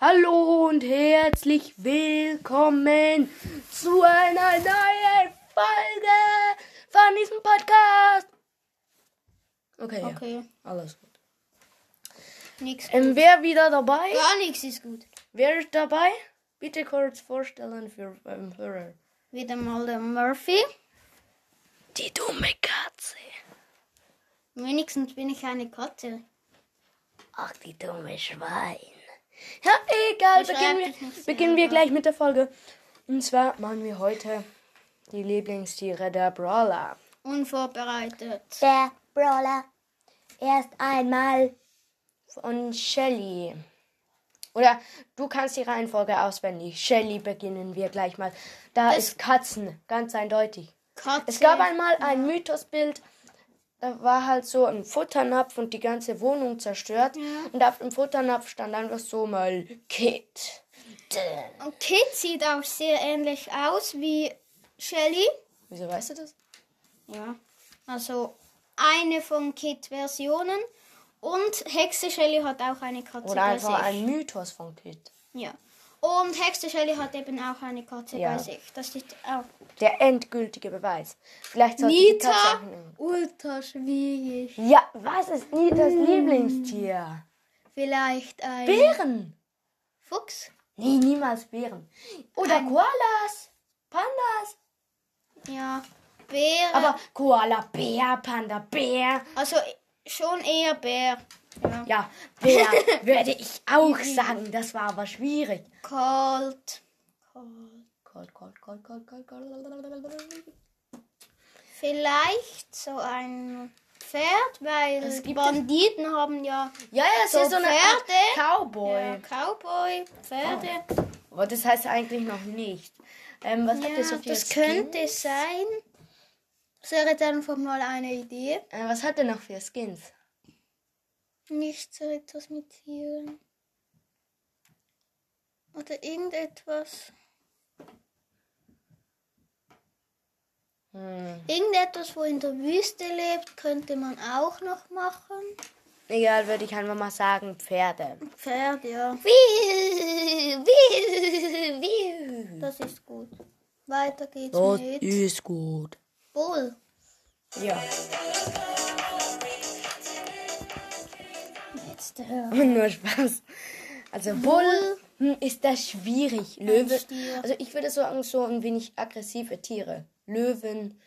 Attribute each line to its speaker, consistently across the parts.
Speaker 1: Hallo und herzlich willkommen zu einer neuen Folge von diesem Podcast. Okay, ja,
Speaker 2: Okay,
Speaker 1: alles gut.
Speaker 2: nix.
Speaker 1: Ähm, wer wieder dabei?
Speaker 2: Gar nichts ist gut.
Speaker 1: Wer ist dabei? Bitte kurz vorstellen für ähm, Hörer.
Speaker 2: Wieder mal der Murphy.
Speaker 1: Die dumme Katze.
Speaker 2: Wenigstens bin ich eine Katze.
Speaker 1: Ach, die dumme Schwein. Ja, egal.
Speaker 2: Beschreib
Speaker 1: Beginnen
Speaker 2: dich nicht
Speaker 1: wir,
Speaker 2: so
Speaker 1: beginnen wir gleich mit der Folge. Und zwar machen wir heute die Lieblingstiere der Brawler.
Speaker 2: Unvorbereitet.
Speaker 1: Der Brawler. Erst einmal von Shelly. Oder du kannst die Reihenfolge auswendig. Shelly beginnen wir gleich mal. Da ist Katzen, ganz eindeutig.
Speaker 2: Katze.
Speaker 1: Es gab einmal ein Mythosbild, da war halt so ein Futternapf und die ganze Wohnung zerstört. Und auf dem Futternapf stand einfach so mal Kid.
Speaker 2: Und Kit sieht auch sehr ähnlich aus wie Shelly.
Speaker 1: Wieso weißt du das?
Speaker 2: Ja. Also eine von Kit-Versionen. Und Hexe Shelly hat auch eine Katze
Speaker 1: Oder
Speaker 2: bei sich.
Speaker 1: einfach ein Mythos von Kid.
Speaker 2: ja. Und Hexe Shelly hat eben auch eine Katze
Speaker 1: Ja.
Speaker 2: bei sich. Das sieht auch gut.
Speaker 1: Der endgültige Beweis. Vielleicht sollte die Katze auch
Speaker 2: Nita,
Speaker 1: nehmen.
Speaker 2: ultra schwierig.
Speaker 1: Ja, was ist Nitas Lieblingstier?
Speaker 2: Vielleicht ein
Speaker 1: Bären.
Speaker 2: Fuchs?
Speaker 1: Nee, niemals Bären. Oder
Speaker 2: Ein-
Speaker 1: Koalas. Pandas.
Speaker 2: Ja. Bären.
Speaker 1: Aber Koala, Bär, Panda, Bär.
Speaker 2: Also schon eher Bär. Ja.
Speaker 1: Ja, Bär würde ich auch sagen. Das war aber schwierig.
Speaker 2: Kalt.
Speaker 1: Cold, cold, cold, cold, cold, cold.
Speaker 2: Vielleicht so ein Pferd, weil
Speaker 1: Es gibt-
Speaker 2: Banditen haben ja,
Speaker 1: Ja, ja, es
Speaker 2: So
Speaker 1: ist so eine Art
Speaker 2: Pferde?
Speaker 1: Cowboy. Oh,
Speaker 2: ja Cowboy, Pferde.
Speaker 1: Aber das heißt eigentlich noch nicht. Ähm, was habt
Speaker 2: Ja,
Speaker 1: ihr so für
Speaker 2: das
Speaker 1: Skins?
Speaker 2: könnte sein. Das wäre jetzt einfach mal eine Idee.
Speaker 1: Äh, was hat er noch für Skins?
Speaker 2: Nicht so etwas mit Tieren. Oder irgendetwas.
Speaker 1: Hm.
Speaker 2: Irgendetwas, wo in der Wüste lebt, könnte man auch noch machen.
Speaker 1: Egal, würde ich einfach mal sagen, Pferde.
Speaker 2: Pferd, ja. Das ist gut. Weiter geht's mit
Speaker 1: ist gut.
Speaker 2: Bull.
Speaker 1: Ja.
Speaker 2: Jetzt der
Speaker 1: Nur Spaß. Also Bull hm, ist das schwierig. Löwe.
Speaker 2: Stier.
Speaker 1: Also ich würde sagen, so ein wenig aggressive Tiere. Löwen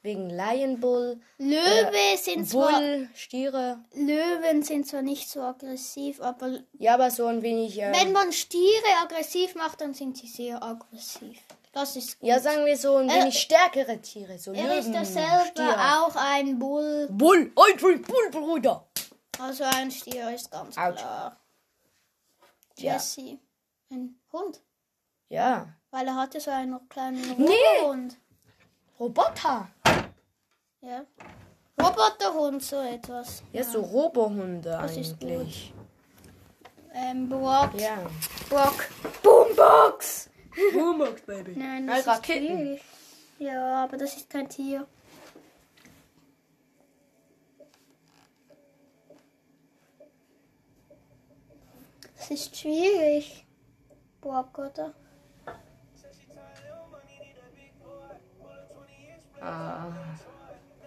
Speaker 1: wegen Lionbull.
Speaker 2: Löwe sind zwar
Speaker 1: Äh, Bull, Stiere.
Speaker 2: Löwen sind zwar nicht so aggressiv, aber
Speaker 1: Ja, aber so ein wenig. ähm,
Speaker 2: wenn man Stiere aggressiv macht, dann sind sie sehr aggressiv. Das ist gut.
Speaker 1: ja, sagen wir so ein wenig stärkere Tiere. So
Speaker 2: Äh, Er ist
Speaker 1: Löwen,
Speaker 2: derselbe
Speaker 1: Stier.
Speaker 2: auch ein Bull.
Speaker 1: Bull, Ultra Bull, Bruder.
Speaker 2: Also ein Stier ist ganz
Speaker 1: Autsch.
Speaker 2: klar.
Speaker 1: Ja.
Speaker 2: Jesse. Ein Hund.
Speaker 1: Ja.
Speaker 2: Weil er hatte so einen kleinen
Speaker 1: Nee.
Speaker 2: Roboterhund.
Speaker 1: Roboter.
Speaker 2: Ja. Roboterhund, so etwas.
Speaker 1: Ja, so Robohunde
Speaker 2: Das ist gut.
Speaker 1: eigentlich.
Speaker 2: Ähm, Brock.
Speaker 1: Ja.
Speaker 2: Brock.
Speaker 1: Boombox. Boombox, Baby. Nein,
Speaker 2: Nein, das ist
Speaker 1: Raketen.
Speaker 2: schwierig. Ja, aber das ist kein Tier. Das ist schwierig. Brock, oder?
Speaker 1: Ah,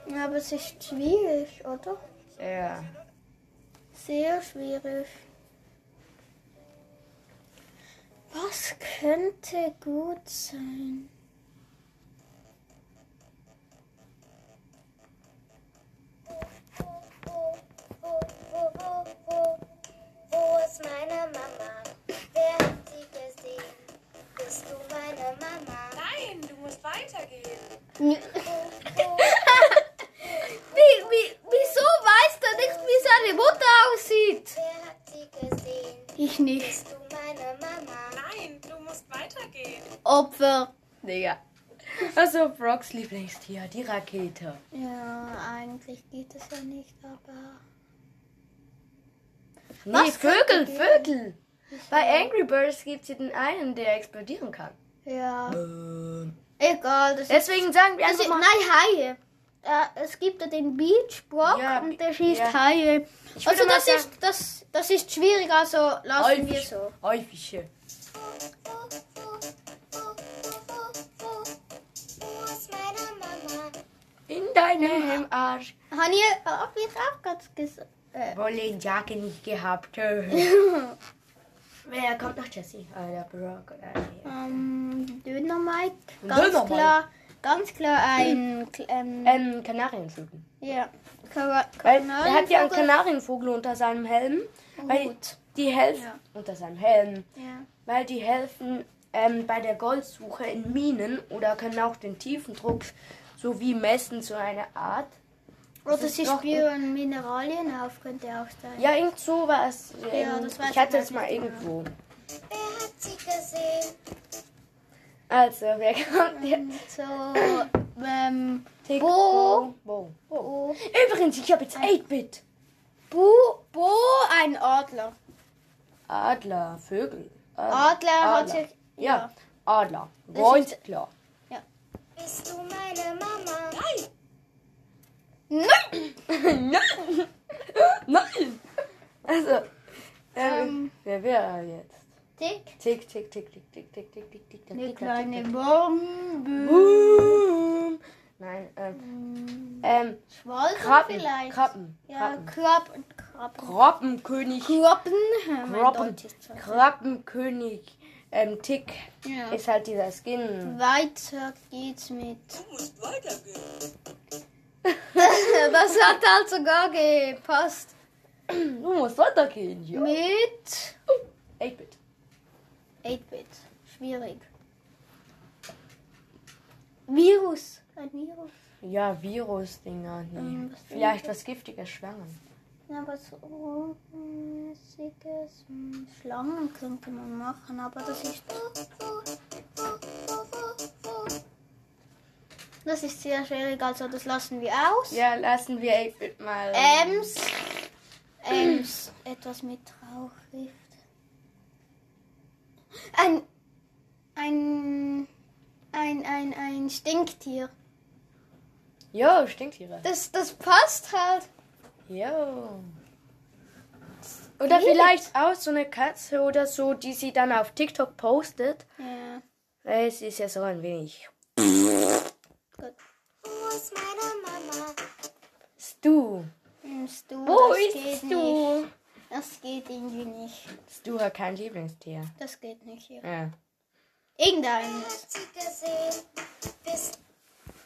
Speaker 2: Ja, aber es ist schwierig, oder?
Speaker 1: ja.
Speaker 2: Sehr schwierig. Was könnte gut sein?
Speaker 3: Wo, wo, wo, wo, wo ist meine Mama? Wer hat sie gesehen? Bist du meine Mama?
Speaker 4: Nein, du musst weitergehen.
Speaker 2: Wie, wie, wieso weiß der nicht, wie seine Mutter aussieht?
Speaker 3: Wer hat sie gesehen?
Speaker 2: Ich nicht.
Speaker 3: Bist du meine Mama?
Speaker 4: Nein, du musst weitergehen.
Speaker 2: Opfer.
Speaker 1: Digga. Also Brocks Lieblingstier, die Rakete.
Speaker 2: Ja, eigentlich geht es ja nicht, aber.
Speaker 1: Nee,
Speaker 2: Was
Speaker 1: Vögel,
Speaker 2: könnte gehen?
Speaker 1: Vögel. Bei Angry Birds gibt es den einen, der explodieren kann.
Speaker 2: Ja. Egal, das ist.
Speaker 1: Deswegen sagen wir
Speaker 2: Das
Speaker 1: einfach
Speaker 2: ist
Speaker 1: mal
Speaker 2: nein, Haie. da, es gibt da den Beach Brock
Speaker 1: Ja,
Speaker 2: und der schießt
Speaker 1: ja.
Speaker 2: Haie.
Speaker 1: Ich
Speaker 2: Also
Speaker 1: würde mal
Speaker 2: das ist, das, das ist schwierig, also lassen wir
Speaker 1: Häufig,
Speaker 2: so.
Speaker 1: häufig.
Speaker 3: Wo ist meine Mama?
Speaker 1: In deinem Arsch.
Speaker 2: Haben wir äh, hab ich auch gerade gesagt. Äh,
Speaker 1: Wollen Jacke nicht gehabt. Wer kommt nach Jesse? Ah, der Brock. oder der-
Speaker 2: ähm, Döner Mike.
Speaker 1: Ein
Speaker 2: Ganz
Speaker 1: Döner Mike.
Speaker 2: klar, ganz klar ein, ähm,
Speaker 1: Ähm, Kanarienvögel.
Speaker 2: ja. Kara-
Speaker 1: Weil er hat ja einen
Speaker 2: Kanarienvogel.
Speaker 1: Kanarienvogel unter seinem Helm. Weil
Speaker 2: Gut.
Speaker 1: die helfen
Speaker 2: Ja.
Speaker 1: unter seinem Helm,
Speaker 2: Ja.
Speaker 1: weil die helfen ähm, bei der Goldsuche in Minen oder können auch den Tiefendruck sowie messen zu einer Art.
Speaker 2: Oder
Speaker 1: ist
Speaker 2: sie
Speaker 1: doch-
Speaker 2: spüren Mineralien auf, könnte auch sein.
Speaker 1: Ja, irgend so war es.
Speaker 2: Ja, das weiß
Speaker 1: ich hatte
Speaker 2: ich
Speaker 1: es mal
Speaker 2: nicht genau.
Speaker 1: irgendwo.
Speaker 3: Wer hat sie gesehen?
Speaker 1: Also, wer kommt jetzt?
Speaker 2: So, ähm,
Speaker 1: Tick,
Speaker 2: Bo.
Speaker 1: Bo, Bo, Bo.
Speaker 2: Bo,
Speaker 1: Übrigens, ich habe jetzt 8-Bit.
Speaker 2: Bo, Bo, ein Adler.
Speaker 1: Adler, Vögel. Ähm,
Speaker 2: Adler, hat sich.
Speaker 1: Ja, Adler.
Speaker 2: Das
Speaker 1: Wollt klar.
Speaker 3: Bist du meine Mama?
Speaker 2: Nein!
Speaker 1: Nein! Nein! Also, ähm,
Speaker 2: Ähm.
Speaker 1: wer wäre jetzt?
Speaker 2: Dick,
Speaker 1: Tick, tick, tick, tick, tick, tick, tick, tick, tick,
Speaker 2: eine
Speaker 1: tick, tick,
Speaker 2: kleine
Speaker 1: tick, tick.
Speaker 2: Bombe.
Speaker 1: Boom. Nein, ähm, ähm,
Speaker 2: Schwalbe
Speaker 1: Krabben,
Speaker 2: vielleicht.
Speaker 1: Krabben,
Speaker 2: Ja,
Speaker 1: Krabben.
Speaker 2: Krabben, Krabben.
Speaker 1: Krabbenkönig,
Speaker 2: Krabben. Ja, mein
Speaker 1: Krabben,
Speaker 2: Deutsch ist so-
Speaker 1: Krabbenkönig, ähm, Tick
Speaker 2: Ja.
Speaker 1: ist halt dieser Skin.
Speaker 2: Weiter geht's mit.
Speaker 4: Du musst weitergehen.
Speaker 2: Das hat halt sogar gepasst. Hm.
Speaker 1: Du musst weitergehen, ja.
Speaker 2: Mit
Speaker 1: 8-Bit.
Speaker 2: 8-Bit. Schwierig. Virus. Ein Virus.
Speaker 1: Ja, Virus-Dinger. Nee.
Speaker 2: Ähm, was
Speaker 1: Vielleicht
Speaker 2: denn?
Speaker 1: was Giftiges schwangen.
Speaker 2: Ja, was Ruhmäßiges. Hm, Schlangen könnte man machen, aber das ist, das ist sehr schwierig, also das lassen wir aus.
Speaker 1: Ja, lassen wir 8-Bit mal.
Speaker 2: Ems. Ems. Etwas mit Rauchgift. Ein. Ein. Ein, ein, ein Stinktier.
Speaker 1: Jo, Stinktiere.
Speaker 2: Das, das passt halt.
Speaker 1: Jo. Oder vielleicht auch so eine Katze oder so, die sie dann auf TikTok postet.
Speaker 2: Ja,
Speaker 1: Weil sie ist ja so ein wenig
Speaker 2: gut.
Speaker 3: Wo ist meine Mama?
Speaker 1: Stu.
Speaker 2: Hm, Stu,
Speaker 1: Wo
Speaker 2: das
Speaker 1: ist
Speaker 2: geht
Speaker 1: Stu?
Speaker 2: Nicht. Das geht irgendwie nicht.
Speaker 1: Stu hat kein Lieblingstier.
Speaker 2: Das geht nicht hier.
Speaker 1: Ja.
Speaker 3: Wer
Speaker 2: Irgendeines.
Speaker 3: hat sie gesehen? Bist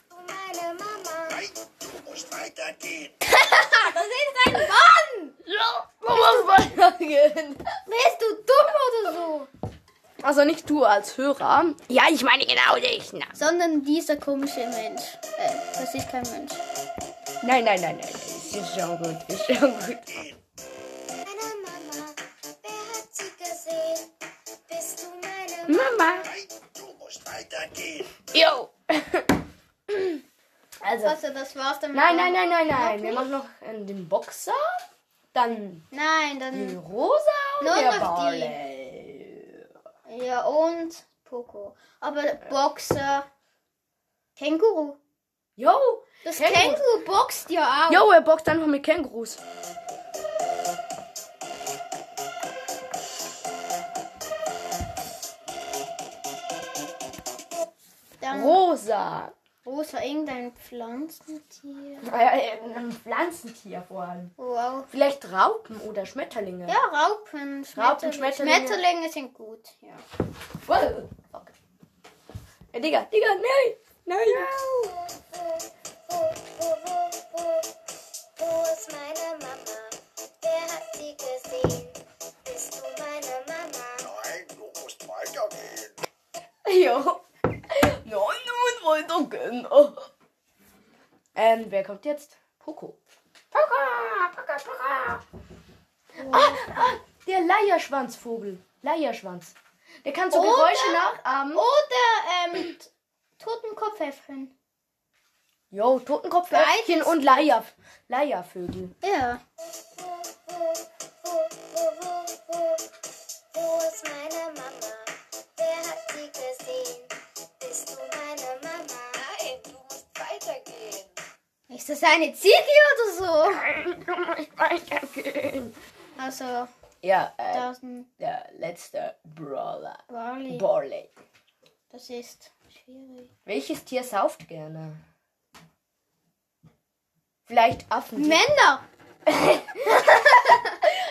Speaker 3: du meine Mama?
Speaker 5: Du musst weitergehen.
Speaker 2: Das ist ein Mann!
Speaker 1: Ja, muss weitergehen.
Speaker 2: Bist du dumm oder so?
Speaker 1: Also nicht du als Hörer. Ja, ich meine genau dich. Na.
Speaker 2: Sondern dieser komische Mensch. Äh, das ist kein Mensch.
Speaker 1: Nein, nein, nein, nein. Ist schon gut, ist schon gut.
Speaker 3: Meine Mama, wer hat sie gesehen? Bist du meine Mama?
Speaker 1: Mama.
Speaker 5: Nein, du musst weitergehen.
Speaker 1: Jo. Also.
Speaker 2: Also, das war's dann. mit
Speaker 1: Nein, nein,
Speaker 2: dem-
Speaker 1: nein, nein, nein. Wir machen noch äh, den Boxer, dann
Speaker 2: Nein,
Speaker 1: die
Speaker 2: dann.
Speaker 1: Rosa und
Speaker 2: Nur
Speaker 1: der
Speaker 2: noch die.
Speaker 1: Barley.
Speaker 2: Ja, und Poco. Aber Boxer. Känguru.
Speaker 1: Jo,
Speaker 2: Das
Speaker 1: Känguru.
Speaker 2: Känguru, boxt ja auch.
Speaker 1: jo, er boxt einfach mit Kängurus.
Speaker 2: Dann
Speaker 1: Rosa. Ah,
Speaker 2: Rosa, irgendein Pflanzentier.
Speaker 1: Naja, äh, ein Pflanzentier vor allem.
Speaker 2: Wow.
Speaker 1: Vielleicht Raupen oder Schmetterlinge.
Speaker 2: Ja, Raupen, Schmetterlinge.
Speaker 1: Schmetterlinge.
Speaker 2: Schmetterlinge sind gut. Ja.
Speaker 1: Wow. Fuck. Äh, Digga, Digga, nein. Nein.
Speaker 3: Wo, wo, wo, wo, wo ist meine Mama? Wer hat sie gesehen? Bist du meine Mama?
Speaker 5: Nein, du musst weitergehen.
Speaker 1: Jo. Nein, du musst weitergehen. Oh. Ähm, wer kommt jetzt? Poco. Poco, Poco, Poco. Ah, ah, der Leierschwanzvogel. Leierschwanz. Der kann so
Speaker 2: Oder-
Speaker 1: Geräusche nachahmen.
Speaker 2: Oder ähm, T- Totenkopfhäffchen.
Speaker 1: Jo, Totenkopfhörnchen
Speaker 2: Beides.
Speaker 1: und Leier, Leiervögel.
Speaker 2: Ja.
Speaker 3: Wo, wo, wo, wo, wo, wo, wo ist meine Mama? Wer hat sie gesehen? Bist du meine Mama?
Speaker 4: Nein, du musst weitergehen.
Speaker 2: Ich Ist das eine Ziege oder so?
Speaker 1: Du musst weitergehen.
Speaker 2: Also,
Speaker 1: Ja, äh,
Speaker 2: da ist ein
Speaker 1: der letzte Brawler.
Speaker 2: Barley.
Speaker 1: Borley.
Speaker 2: Das ist schwierig.
Speaker 1: Welches Tier sauft gerne? Vielleicht Affen. Die-
Speaker 2: Männer!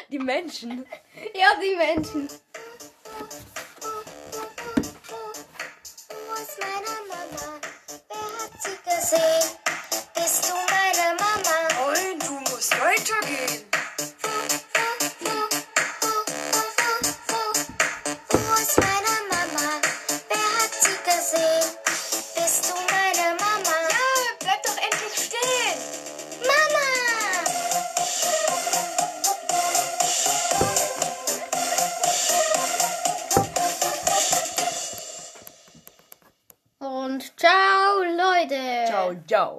Speaker 1: die Menschen.
Speaker 2: Ja, die Menschen.
Speaker 3: Wo ist meine Mama? Wer hat sie gesehen? Bist du meine Mama?
Speaker 4: Nein, du musst weitergehen.
Speaker 3: Wo ist meine Mama? Wer hat sie gesehen? Bist du meine Mama? Ja, bleib doch endlich stehen! Mama!
Speaker 2: Und ciao, Leute.
Speaker 1: Ciao, ciao.